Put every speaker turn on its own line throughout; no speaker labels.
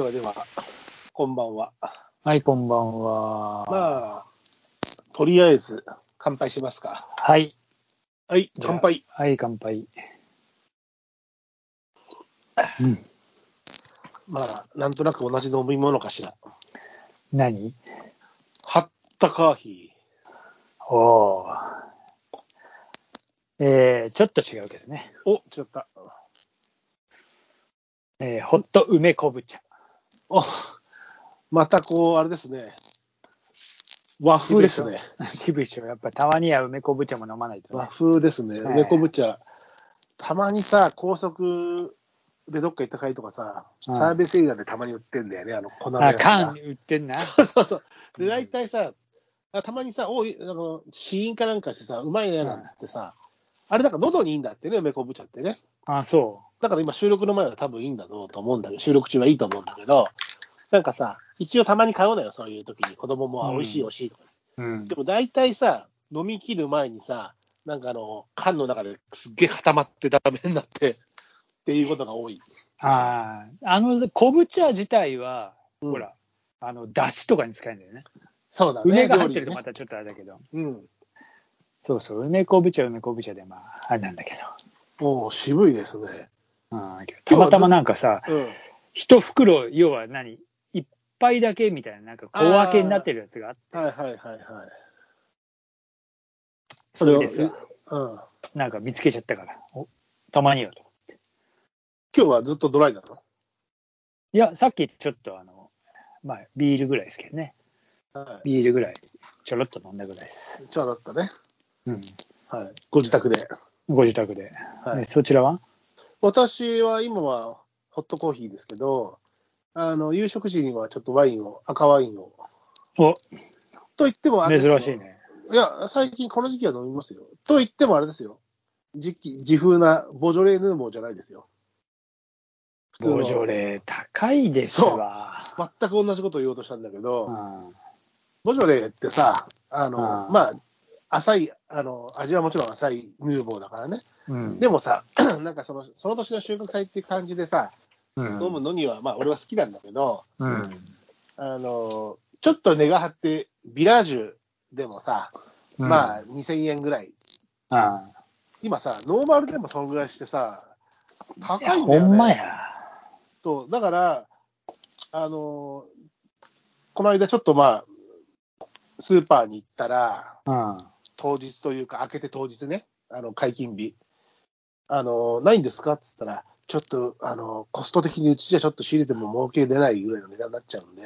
はでは、こんばんは。
はい、こんばんは。
まあ、とりあえず、乾杯しますか。
はい。
はい、
じゃあ
乾杯。
はい、乾杯。うん。
まあ、なんとなく同じ飲み物かしら。
何
ハッタカーヒ
おおー。えー、ちょっと違うけどね。
ー。お、違った。
えー、ホット梅昆布茶。
お、またこう、あれですね。和風ですね。
渋いっしょ。やっぱたまには梅昆布茶も飲まないと
和
ね。
風ですね。
はい
梅昆布茶。たまにさ、高速でどっか行った帰りとかさ、
うん
サービスエリアでたまに売ってんだよね、あの粉の
あ、
やつが
缶。売ってんな。
そうそう。
う
で、
ん
大体さ、あたまにさ、おい、あの、試飲かなんかしてさ、うまいね、なんつってさ、あれなんか喉にいいんだってね、梅昆布茶ってね。
あ、そ
だから今収録の前は多分いいんだろうと思うんだけど、収録中はいいと思うんだけど、なんかさ、一応たまに買うのよ、そういう時に。子供も、あ
うん
美味しい美味しいとか。
う。うん
で。も大体さ、飲み切る前にさ、なんかあの、缶の中ですっげえ固まってダメになって、っていうことが多い。
ああ、あの、昆布茶自体は、
うん
ほら、あの、だしとかに使えるんだよね。
そうだね。
梅が入ってると
料
またちょっとあれだけど。
理ねうん。
そうそう、梅昆布茶、梅昆布茶でまあ、あれなんだけど。
おう渋いですね。
うんたまたまなんかさ、
うん。
一袋、要は何、一杯だけみたいな、なんか小分けになってるやつがあって、
はいはいはいはい。
それです
うん。今
なんか見つけちゃったから、おたまによと。
日はずっとドライなの
いや、さっきちょっとあの、まあ、ビールぐらいですけどね、
はい。
ビールぐらい、ちょろっと飲んだぐらいです。
ちょだったね。
うん、
はい。ご自宅で。
ご自宅で。
は
ね
い。
そちらは
私は今はホットコーヒーですけど、あの、夕食時にはちょっとワインを、赤ワインを。
お、
と言ってもあれですよ
珍しい。ね。
いや、最近この時期は飲みますよ。と言ってもあれですよ。時期、自風なボジョレ・ヌーボーじゃないですよ。普の
ボジョレー、高いですわ。
全く同じことを言おうとしたんだけど、
うん
ボジョレーってさ、あの、
うん
まあ、浅い、あの、味はもちろん浅いヌーボーだからね。
うん
でもさ、 なんかその、その年の収穫祭っていう感じでさ、
うん
飲むのには、まあ、俺は好きなんだけど、
うん
あの、ちょっと値が張って、ビラージュでもさ、
うん
まあ、2000円ぐらい。
あ
今さ、ノーマルでもそのぐらいしてさ、
あ、い
高
や
いんだよ
ほ
ね。
んまや。
そう、だから、あの、この間ちょっとまあ、スーパーに行ったら、
うん
当日というか、明けて当日ね、あの解禁日、あのないんですかって言ったら、ちょっとあのコスト的にうちじゃちょっと仕入れても儲け出ないぐらいの値段になっちゃうんで、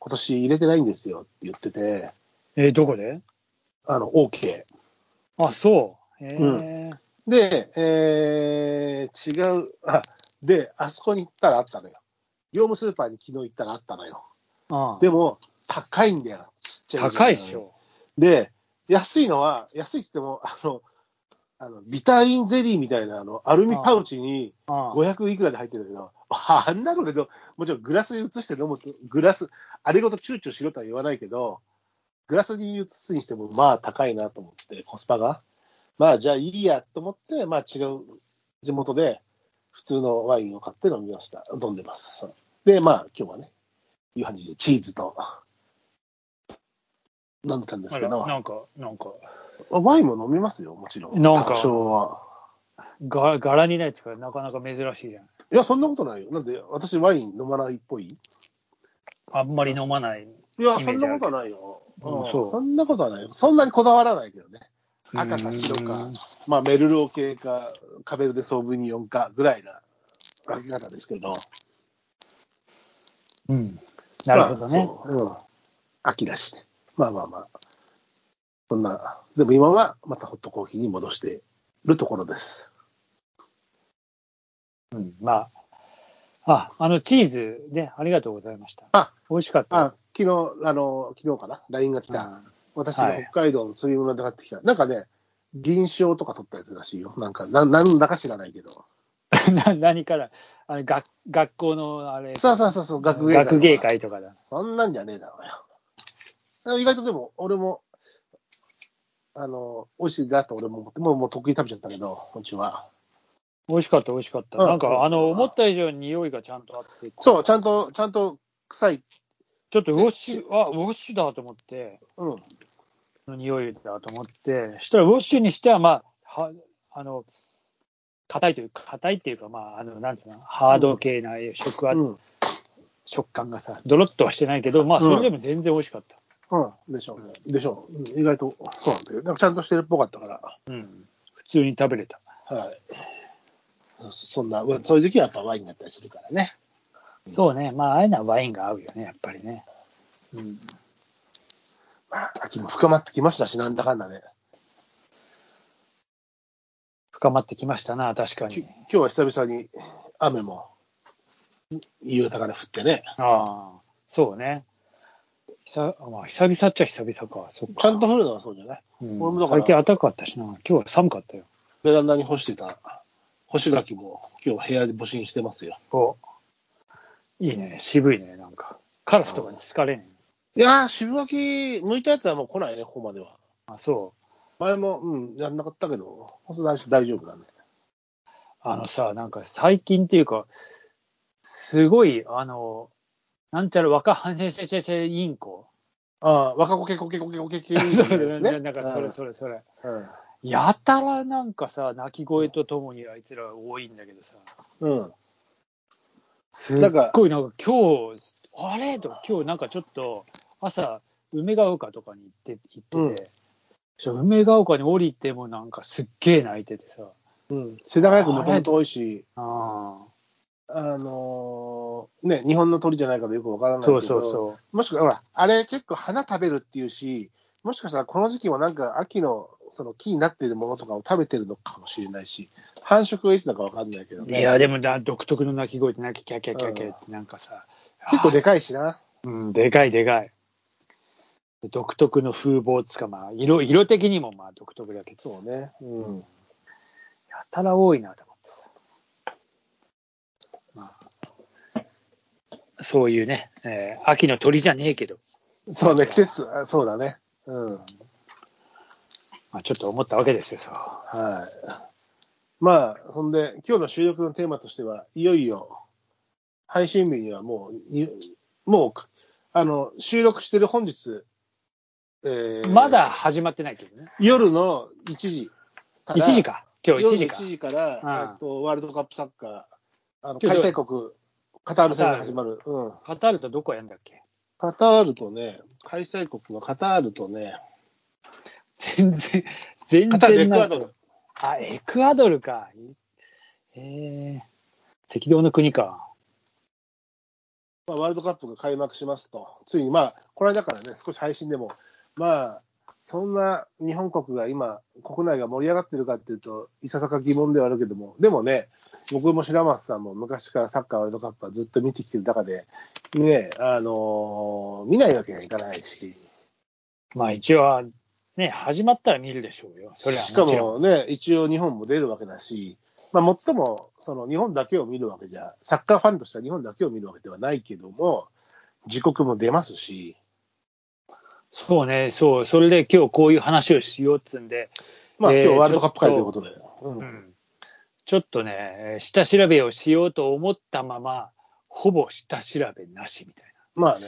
今年入れてないんですよって言ってて、
えーどこで
あの OK。
あ、そう。え
う
ー
で、えー違う、あで、あそこに行ったらあったのよ。業務スーパーに昨日行ったらあったのよ。
ああ
でも、高いんだよ。ちっちゃ時
高いっしょ。
で、安いのは、安いって言っても、あの、あのビタインゼリーみたいなあのアルミパウチに
ああ
500いくらで入ってるんだけど、ああんなのでど、もちろんグラスに移して飲むと、グラス、あれごと躊躇しろとは言わないけど、グラスに移すにしても、まあ高いなと思って、コスパが。まあじゃあいいやと思って、まあ違う地元で普通のワインを買って飲みました。飲んでます。で、まあ今日はね、夕飯時にチーズと飲んでたんです
あ
け
ら
ど。
なんか、なんか、
ワインも飲みますよ、もちろん。
なんか
多少は。
が柄にないですから、なかなか珍しいじゃん。
いや、そんなことないよ。なんで、私、ワイン飲まないっぽいい
あんまり飲まない。
や、
イ
そ
メー
ん
ジあ
なこ
る
とはないよ。
うん
うん
そう
そんなことはないよ。そんなにこだわらないけどね。赤か白
う
か
ん、
まあ、メルロー系か、カベルデ・ソーブニオンかぐらいな書き方ですけど。
うん。なるほど
ま
ね。
あそううん。秋だしね。まあまあまあ。そんな、でも今はまたホットコーヒーに戻してるところです。
うん、まあ、あ、あの、チーズね、ありがとうございました。
あ、
美味しかった。
あ、昨日、あの、昨日かな ?LINE が来た。
うん
私が
はい
北海道の釣り物で買ってきた、なんかね、銀賞とか取ったやつらしいよ。なんか、ななんだか知らないけど。
な何から、あの学学校のあれ、
そうそうそうそう、学芸会。
学芸。会とかだ。
そんなんじゃねえだろうよ。意外とでも、俺も、あの、美味しいなと俺も思って、もうもう得意食べちゃったけど、こんちは。
美味しかった、美味しかった。
うん
なん
うん
か、あの、思った以上に匂いがちゃんとあって。
そう、ち
ち
ゃんと、ちゃんと臭い。
ょっとウォッシュ、あ、ウォッシュだと思って、
うん。
の匂いだと思って、したらウォッシュにしては、まあ、は、あの、硬いというか、硬いっていうか、まあ、あの、なんつうの、ハード系な食,、
うん。
食感がさ、ドロッとはしてないけど、まあ、
うん
それでも全然美味しかった。
うん。でしょう。でしょう。うん意外と、そうなんだよ。なんかちゃんとしてるっぽかったから。
うん。普通に食べれた。
はい。そそんな、うわそういう時はやっぱワインだったりするからね。
そうね、まあ、ああいうのはワインが合うよね、やっぱりね。うん。
まあ、秋も深まってきましたし、なんだかんだね。
深まってきましたな、確か
き
に
今。日は久々に雨も夕方から降ってね。
ああ、そうね。久まあ、久々っちゃ久々か、そっか。
ちゃんと降るのはそうじゃない
うん
俺もだから
最近暖かかったしな、今日は寒かったよ。
ベランダに干してた干し柿も今日部屋で募集してますよ。
おいいね、渋いね、なんか。カラスとかに好かれんね
いやー、渋柿剥いたやつはもう来ないね、ここまでは。
あ、そう。
前も、うん、やんなかったけど、本当大大丈夫だね。
あのさ、なんか最近っていうか、すごい、あの、なんちゃら若はせせせせインコ。
ああ、若こけこけこけこけこけ
そう
ですね。
なんかそれ
う
それそれ。
ん
やたらなんかさ、鳴き声とともにあいつら多いんだけどさ。
うん。
すっごいなんか今日、あれと今日なんかちょっと朝、梅ヶ丘とかに行って行ってて、そしたら梅ヶ丘に降りてもなんかすっげえ泣いててさ。
うん。世田谷区もともと多いし、
あ
あのーね、日本の鳥じゃないからよくわからないけ
そ
ど、
うそうそ
もしくは、ほら、あれ結構花食べるっていうし、もしかしたらこの時期はなんか秋のその木になっているものとかを食べてるのかもしれないし、繁殖はいつだかわかんないけど
う。い
ね。
や、でもだ独特の鳴き声でなきゃキャキャキャキャってなんかさ。
結構
で
でかいしな。
うん、でかいでかい。独特の風貌つかまあ色、色的にもまあ独特だけど、
そうね。うん。
やたら多いなと思ってさ。まあ、そういうね、えー秋の鳥じゃねえけど、
そうね、季節、あそうだね。うん。
まあ、ちょっと思ったわけですよ、そう。
はい。まあ、そんで、今日の収録のテーマとしては、いよいよ、配信日にはもうに、もう、あの、収録してる本日、えー
まだ始まってないけどね。
夜の1時から、
1時か、今日
夜
1
の
時か
1。時から、
うん
えっと、ワールドカップサッカー、あの
けど
開催国、カタール戦が始まる。うん。
カタールとどこやんだっけ
カタールとね、開催国のカタールとね、
全然、全
カタール、エ
然
ク
な
ア
い
ドル。
あ、エクアドルか。えー、赤道の国か。
まあ、ワールドカップが開幕しますと、ついに、まあ、これだからね、少し配信でも、まあ、そんな日本国が今、国内が盛り上がってるかっていうと、いささか疑問ではあるけども、でもね、僕も白松さんも昔からサッカーワールドカップはずっと見てきてる中で、ね、あのー見ないわけにはいかないし、
まあ一応、ね、始まったら見るでしょうよ。それは
しか
ちろん
もね、一応日本も出るわけだし、まあ、もっともその日本だけを見るわけじゃ、サッカーファンとしては日本だけを見るわけではないけども、自国も出ますし、
そうね、そう、それで今日こういう話をしようっつんで、
まあ、
えー
今日ワールドカップ会ということで。うん
うんちょっとね、えー下調べをしようと思ったまま、ほぼ下調べなしみたい
まあね。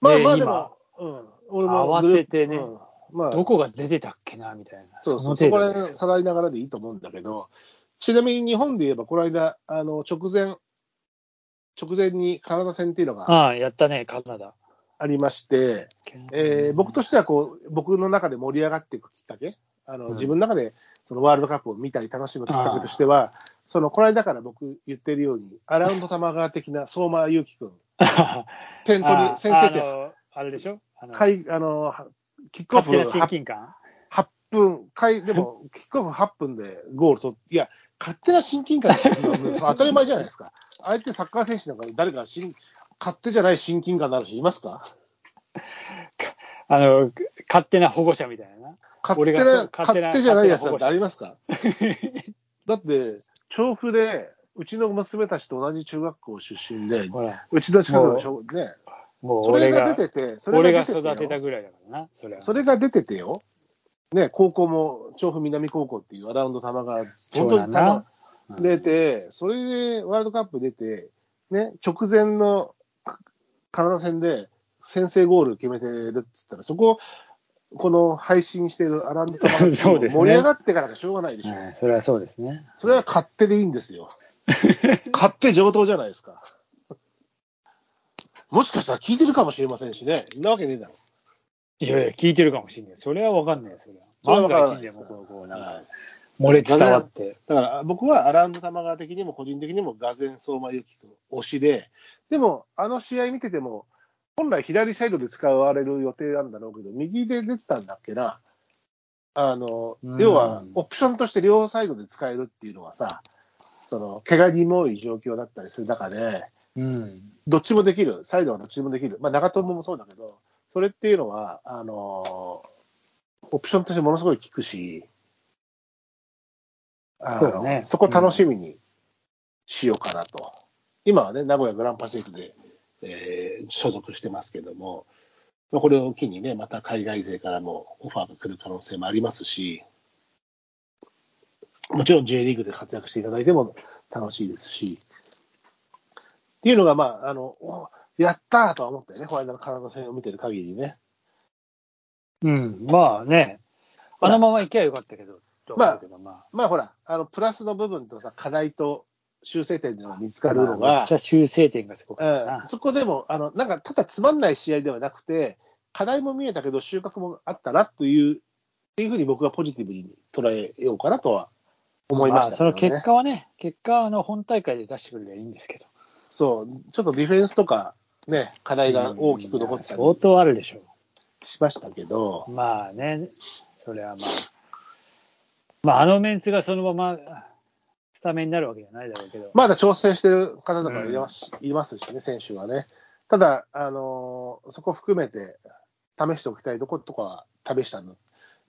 まあまあ
ね
でも、うん、俺
慌ててね
うんまあ
な。、どこが出てたっけなみたいな。
そうそうそ
の
こ
程
ら
度で
辺
す
さらいながらでいいと思うんだけど、ちなみに日本で言えば、この間、あの直前、直前にカナダ戦っていうのが
ああ、やったね、カナダ。
ありまして、えー僕としてはこう、僕の中で盛り上がっていくきっかけ、あの
うん
自分の中でそのワールドカップを見たり楽しむきっかけとしては、そのこの間から僕言ってるように、アラウンド玉川的 な相馬勇紀君、
あ
点取
あ
り、先制点
あのあれでしょあの
かいあのはキックオ
勝
フ
手な親
8,
近感
分かい、で も、キックオフ8分でゴールと、いや、勝手な親近感っていうのはも う当たり前じゃないですか。相手サッカー選手なんかに誰かしん勝手じゃない親近感のある人いますか
あの、勝手な保護者みたいな。
勝手
俺が
な、
勝手
勝
な
手じゃないやつなんてあります かだって、調布で、うちの娘たちと同じ中学校出身で、
ほら、
うちの近くの小、ね、
もう
そ
俺
れ
が
が、出てて、それ
俺が
が出ててよ。
育てたぐらいだからな、それは。
それが出ててよ、ね、高校も調布南高校っていうアラウンド玉が、
そ
本
う
当
だ
に
な
玉
うん
出て、それでワールドカップ出て、ね、直前のカカナダ戦で先制ゴール決めてるっつったら、そこ、この配信してるアランドとか
そうですね
盛り上がってからがしょうがないでしょ。
はいそれはそうですね。
それは勝手でいいんです よ。勝手上等じゃないですか。もしかしたら聞いてるかもしれませんしね。んなわけねえだろ。
いやいや、聞いてるかもしれない。それは分かんないよ、それは。
それは分
万
からない
が一
で
ですもこう、こう、なん
は
か、漏れ伝わって。
だから僕はアランド玉川的にも個人的にも俄然相馬勇紀君推しで、でもあの試合見てても、本来左サイドで使われる予定なんだろうけど、右で出てたんだっけな。あの、
うん
要はオプションとして両サイドで使えるっていうのはさ、その、怪我にも多い状況だったりする中で、
うん。
どっちもできる、サイドはどっちもできる、まあ、長友もそうだけど、それっていうのは、あのーオプションとしてものすごい効くし、あの
そうね
そこ楽しみにしようかなと。今はね、名古屋グランパセークで、えー所属してますけども、まあこれを機にね、また海外勢からもオファーが来る可能性もありますし、もちろん J リーグで活躍していただいても楽しいですし、っていうのが、まあ、あの、おやったーとは思ったよね、この間のカナダ戦を見てる限りね。
うん、まあね、あのまま行けばよかったけど、と思うけどまあ、
まあほら、あの、プラスの部分とさ、課題と修正点での見つかるの
まあめ
が
っち、ゃ修正点がすごかった
うん
な。
そこでも、あの、なんか、ただつまんない試合ではなくて、課題も見えたけど、収穫もあったなという、っていうふうに僕はポジティブに捉えようかなとは思いま
まあ、
した
そ
けどね。
の結果はね、結果はあの本大会で出してくれればいいんですけど。
そう、ちょっとディフェンスとか、ね、課題が大きく残ったり
相当あるでしょ
しましたけど
う。、まあね、それはまあ、まあ、あのメンツがそのままスタメンになるわけじゃないだろうけど、
まだ調整してる方とかいます,、いますしね、選手はね。ただ、あのーそこ含めて、試しておきたいとことかは試したの。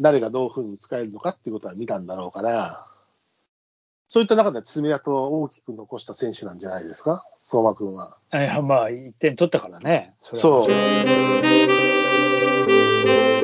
誰がどういうふうに使えるのかっていうことは見たんだろうから、そういった中で爪痕を大きく残した選手なんじゃないですか、相馬君は。
いやまあ、1点取ったからね、それは
そう。